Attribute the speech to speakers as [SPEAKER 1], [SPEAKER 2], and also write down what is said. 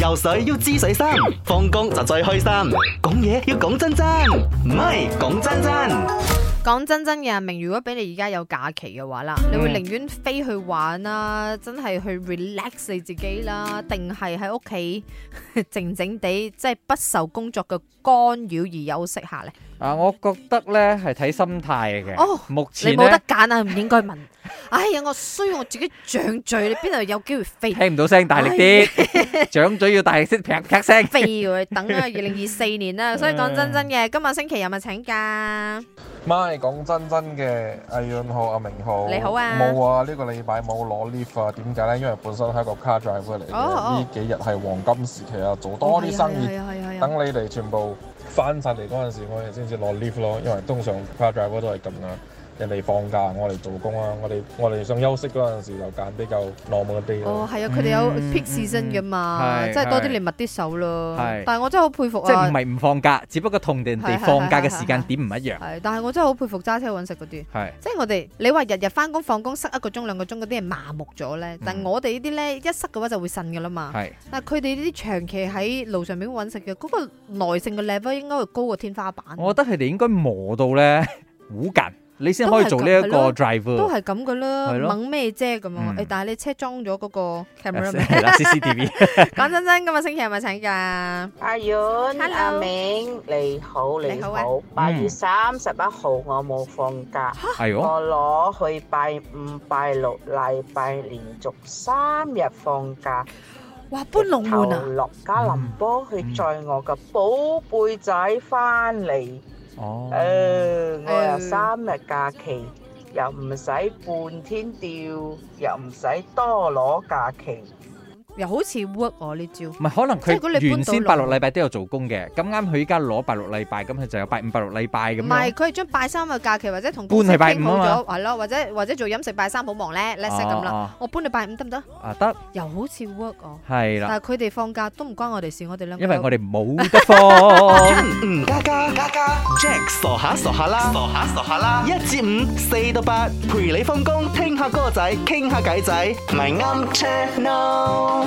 [SPEAKER 1] 游水要知水深，放工就最開心。講嘢要講真真，唔係講真真。
[SPEAKER 2] 講真真嘅，阿明，如果俾你而家有假期嘅話啦，你會寧願飛去玩啦，真係去 relax 你自己啦，定係喺屋企 靜靜地，即係不受工作嘅干擾而休息下呢？
[SPEAKER 3] 啊，我覺得咧係睇心態嘅。
[SPEAKER 2] 哦
[SPEAKER 3] 目前
[SPEAKER 2] 你冇得
[SPEAKER 3] 咧
[SPEAKER 2] 揀啊，唔應該問。 哎呀，我衰我自己掌嘴，你邊度有機會飛？
[SPEAKER 3] 聽唔到聲，大力啲，掌嘴要大力啲，劈劈聲。
[SPEAKER 2] 飛喎，你等啊，二零二四年啦，所以講真真嘅，今日星期日咪請假，
[SPEAKER 4] 咪講真真嘅，阿潤浩、阿明浩，
[SPEAKER 2] 你好啊
[SPEAKER 4] 冇啊，呢個禮拜冇攞 leave 啊，點解咧？因為本身係一個 car driver 嚟嘅，
[SPEAKER 2] 哦哦
[SPEAKER 4] 呢幾日係黃金時期啊，做多啲生意
[SPEAKER 2] 係，啊係啊係啊
[SPEAKER 4] 等你哋全部翻晒嚟嗰陣時，我哋先至攞 leave 咯。因為通常 car driver 都係咁啊，人哋放假，我哋做工啊，我哋我哋想休息嗰陣時就揀比較 normal 啲
[SPEAKER 2] 哦
[SPEAKER 4] 咯。，
[SPEAKER 2] 係啊，佢哋有
[SPEAKER 3] 嗯
[SPEAKER 2] peak season 噶嘛，
[SPEAKER 3] 嗯嗯
[SPEAKER 2] 即係多啲
[SPEAKER 3] 係
[SPEAKER 2] 你密啲手咯
[SPEAKER 3] 係。
[SPEAKER 2] 但係我真係好佩服啊！
[SPEAKER 3] 即係唔係唔放假，只不過同人哋放假嘅時
[SPEAKER 2] 係係係
[SPEAKER 3] 間
[SPEAKER 2] 係
[SPEAKER 3] 點唔一樣。
[SPEAKER 2] 係但係我真係好佩服揸車揾食嗰啲。
[SPEAKER 3] 係
[SPEAKER 2] 即係我哋，你話日日翻工放工塞一個鐘兩個鐘嗰啲係麻木咗咧，但係我哋呢啲咧一塞嘅話就會呻噶啦嘛。
[SPEAKER 3] 係
[SPEAKER 2] 但係佢哋呢啲長期喺路上面揾食嘅嗰、個耐性嘅 level 應該會高過天花板。
[SPEAKER 3] 我覺得佢哋應該磨到咧糊緊，你先可以做呢一
[SPEAKER 2] 都
[SPEAKER 3] 個
[SPEAKER 2] 係都
[SPEAKER 3] driver。
[SPEAKER 2] 係咁噶啦，
[SPEAKER 3] 係咯
[SPEAKER 2] 掹咩啫咁樣啊。
[SPEAKER 3] 嗯
[SPEAKER 2] 誒但係你車裝咗嗰個 camera 咩？
[SPEAKER 3] 係啦，CCTV
[SPEAKER 2] 講真真，今日星期係咪請假？
[SPEAKER 5] 阿遠
[SPEAKER 2] Hello
[SPEAKER 5] 阿明，你好，
[SPEAKER 2] 你
[SPEAKER 5] 你
[SPEAKER 2] 好啊
[SPEAKER 5] 好。八月三十一號我冇放假，
[SPEAKER 2] 哦
[SPEAKER 3] 係喎，
[SPEAKER 5] 我攞去拜五、拜六、禮拜連續三日放假，
[SPEAKER 2] 哇！搬龍門
[SPEAKER 5] 直頭
[SPEAKER 2] 啊！
[SPEAKER 5] 落加林波去載我嘅寶貝仔翻嚟。誒、
[SPEAKER 3] 哦，
[SPEAKER 5] 我
[SPEAKER 2] 嗯
[SPEAKER 5] 有三日假期，又唔使半天吊，又唔使多攞假期。
[SPEAKER 2] 又好似 work 我呢招。
[SPEAKER 3] 唔係可能
[SPEAKER 2] 即係如果你搬到
[SPEAKER 3] 佢原先
[SPEAKER 2] 落
[SPEAKER 3] 八六禮拜都有做工嘅，咁啱佢依家攞八六禮拜，咁佢就有八五八六禮拜咁
[SPEAKER 2] 唔
[SPEAKER 3] 樣
[SPEAKER 2] 係，。佢係將拜三嘅假期或者同
[SPEAKER 3] 搬
[SPEAKER 2] 公司
[SPEAKER 3] 去拜
[SPEAKER 2] 傾
[SPEAKER 3] 五
[SPEAKER 2] 好
[SPEAKER 3] 啊嘛
[SPEAKER 2] 咗，係咯，或者或者做飲食拜三好忙咧，let's say 咁啦。
[SPEAKER 3] 啦，
[SPEAKER 2] 我搬去拜五得唔得？
[SPEAKER 3] 哦啊得
[SPEAKER 2] 又好似 work 啊我，
[SPEAKER 3] 係啦
[SPEAKER 2] 但，係佢哋放假都唔關我哋事，我哋兩個
[SPEAKER 3] 因為我
[SPEAKER 2] 哋
[SPEAKER 3] 哋冇得放。
[SPEAKER 1] 吳家家家家 Jack 傻下傻下啦，傻下傻下啦，一至五四到八，陪你放工，聽下歌仔，傾下偈仔，咪啱 channel。